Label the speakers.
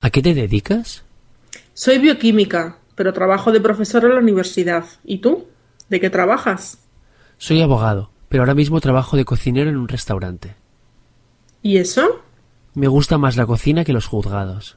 Speaker 1: ¿A qué te dedicas?
Speaker 2: Soy bioquímica, pero trabajo de profesora en la universidad. ¿Y tú? ¿De qué trabajas?
Speaker 1: Soy abogado, pero ahora mismo trabajo de cocinero en un restaurante.
Speaker 2: ¿Y eso?
Speaker 1: Me gusta más la cocina que los juzgados.